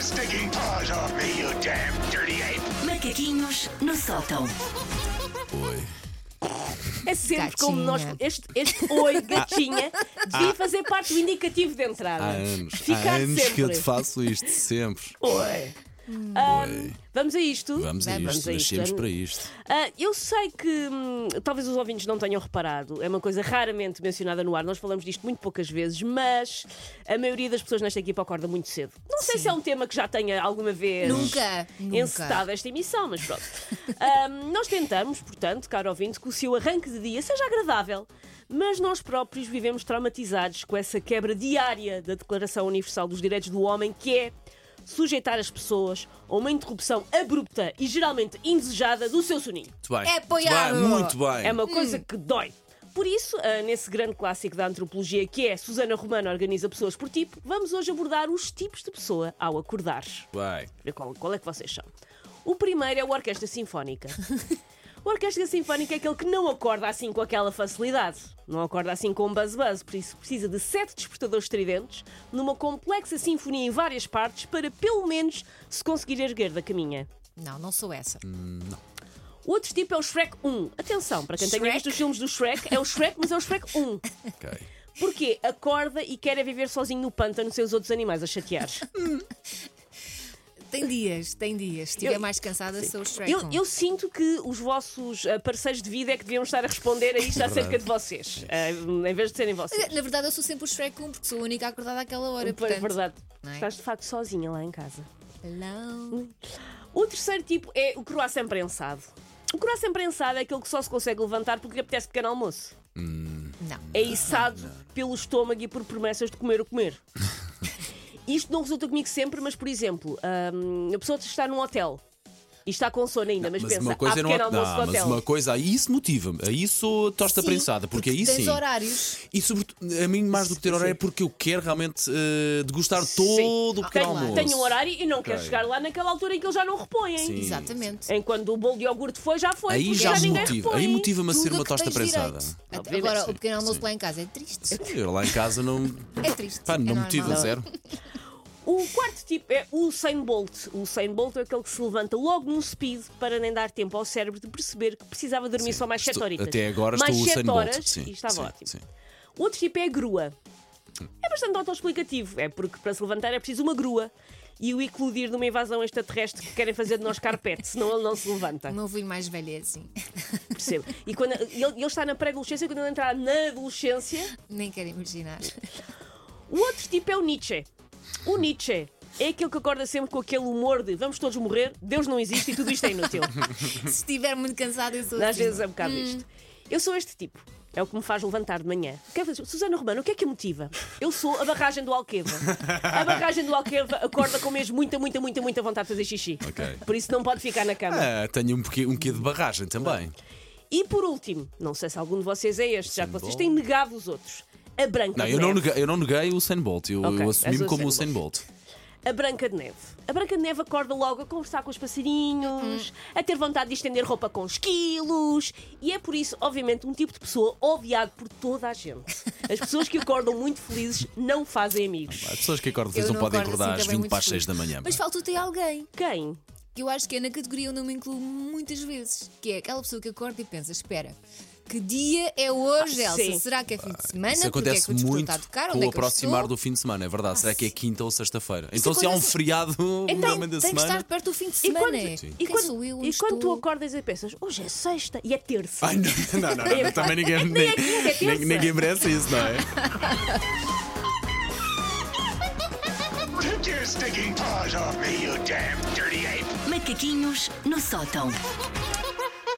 sticking paws off me, you damn dirty ape! Macaquinhos no sótão. Oi. É sempre como nós. Gatinha. Este, este oi, gatinha, devia fazer parte do indicativo de entrada. Há anos, há Ficar anos sempre. que eu te faço isto, sempre. Oi. Ahm, vamos a isto. Vamos a Vamos isto, nascemos Ahm, para isto. ah, eu sei que hum, talvez os ouvintes não tenham reparado, é uma coisa raramente mencionada no ar, nós falamos disto muito poucas vezes, mas a maioria das pessoas nesta equipa acorda muito cedo. Não sei se é um tema que já tenha alguma vez Nunca, nunca. encetado esta emissão, mas pronto. Ahm, nós tentamos, portanto, caro ouvinte, que o seu arranque de dia seja agradável, mas nós próprios vivemos traumatizados com essa quebra diária da Declaração Universal dos Direitos do Homem, que é sujeitar as pessoas a uma interrupção abrupta e geralmente indesejada do seu soninho. Muito bem. É apoiado. Muito bem, muito bem. É uma coisa que dói. Por isso, ah, nesse grande clássico da antropologia que é Susana Romano organiza pessoas por tipo, vamos hoje abordar os tipos de pessoa ao acordar. Bem. Ver qual, qual é que vocês são. O primeiro é o Orquestra Sinfónica. O Orquestra Sinfónica é aquele que não acorda assim com aquela facilidade. Não acorda assim com um buzz-buzz, por isso precisa de sete despertadores estridentes numa complexa sinfonia em várias partes para pelo menos se conseguir erguer da caminha. Não, não sou essa. Hum. O outro tipo é o Shrek 1. Atenção, para quem tenha Shrek? visto os filmes do Shrek, é o Shrek, mas é o Shrek 1. Ok. Porquê? Acorda e quer é viver sozinho no pântano sem os outros animais a chatear. Tem dias, tem dias. Se estiver Eu- mais cansada, sou o Shrek. um. Eu, eu sinto que os vossos ah, parceiros de vida é que deviam estar a responder a É isto acerca de vocês, ah, em vez de serem vocês. Mas, é Na verdade, eu sou sempre o Shrek 1, porque sou a única acordada àquela hora. Pois, Portanto, é verdade. não é? Estás de facto sozinha lá em casa. Alone. O terceiro tipo é o croissant prensado. O croissant prensado é aquele que só se consegue levantar porque lhe apetece pequeno almoço. Não. É içado pelo estômago e por promessas de comer o comer. Isto não resulta comigo sempre, mas por exemplo, hum, a pessoa está num hotel e está com sono ainda, mas, Mas pensa, uma coisa há não, é- pequeno almoço não do mas hotel. uma coisa, aí isso motiva-me. Aí sou tosta Sim, prensada, porque, aí tens sim. horários. E sobretudo, a mim, mais do que ter horário, é porque eu quero realmente eh, degustar todo o pequeno Tenho- almoço. Tenho um horário e não quero Ok. chegar lá naquela altura em que eles já não repõem. Sim. É Exatamente. Enquanto o bolo de iogurte foi, já foi. Aí porque já me ninguém motiva. repõe. Aí motiva-me a Tudo ser o uma que tosta tens prensada. direito. Até Obviamente, Agora, sim, o pequeno almoço lá em casa é triste. Eu lá em casa não. É triste. Pá, não é me motiva normal. zero. O quarto tipo é o Usain Bolt. O Usain Bolt é aquele que se levanta logo num speed para nem dar tempo ao cérebro de perceber que precisava dormir só mais 7 Estou- horas. Até agora mais estou o sete Usain Bolt. horas Sim, e estava sim, ótimo. sim. O outro tipo é a grua. É bastante autoexplicativo. É porque para se levantar é preciso uma grua e o eclodir numa invasão extraterrestre que querem fazer de nós carpete, senão ele não se levanta. O meu filho mais velho é assim. Percebo. E quando ele, ele está na pré-adolescência, quando ele entrar na adolescência, Nem quero imaginar. o outro tipo é o Nietzsche. O Nietzsche é aquele que acorda sempre com aquele humor de vamos todos morrer, Deus não existe e tudo isto é inútil. Se estiver muito cansada, eu sou Às assim. vezes é um bocado Hum. isto. Eu sou este tipo. É o que me faz levantar de manhã. O que é que- Susana Romano, o que é que a motiva? Eu sou a barragem do Alqueva. A barragem do Alqueva acorda com mesmo muita, muita, muita, muita vontade de fazer xixi. Ok. Por isso não pode ficar na cama. Ah, tenho um pouquinho, um quê de barragem também. E por último, não sei se algum de vocês é este, já que vocês têm negado os outros. A branca Não, de eu não Neve. neguei, eu não neguei o Usain Bolt. Eu, Ok, eu és o assumi-me como o Usain Usain Bolt. A Branca de Neve. A Branca de Neve acorda logo a conversar com os passarinhos, a ter vontade de estender roupa com esquilos, e é por isso, obviamente, um tipo de pessoa odiado por toda a gente. As pessoas que acordam muito felizes não fazem amigos. As pessoas que acordam Eu não, não podem acordo acordar assim às também 20 para as muito 6 da manhã. Mas faltou-te alguém. Quem? que eu acho que é na categoria onde eu me incluo muitas vezes, que é aquela pessoa que acorda e pensa, espera, que dia é hoje, Ah, Elsa? sim. Será que é fim de semana? Isso Porque é acontece que o despertador muito está a tocar? com Onde o é que eu aproximar estou? Ah, do fim de semana, é verdade. Será que é quinta ou sexta-feira? Então, se há um acontece- feriado na meio da Então, tem que estar semana. perto do fim de E semana. quando, Quem e quando- sou eu? Onde e quando tu estou? acordas e pensas, hoje é sexta e é terça. Ai, não, não, não, não, também ninguém, Nem é quinta, é terça. nem- ninguém merece isso, não é? Take your sticking paws off me, you damn dirty ape! Macaquinhos no sótão.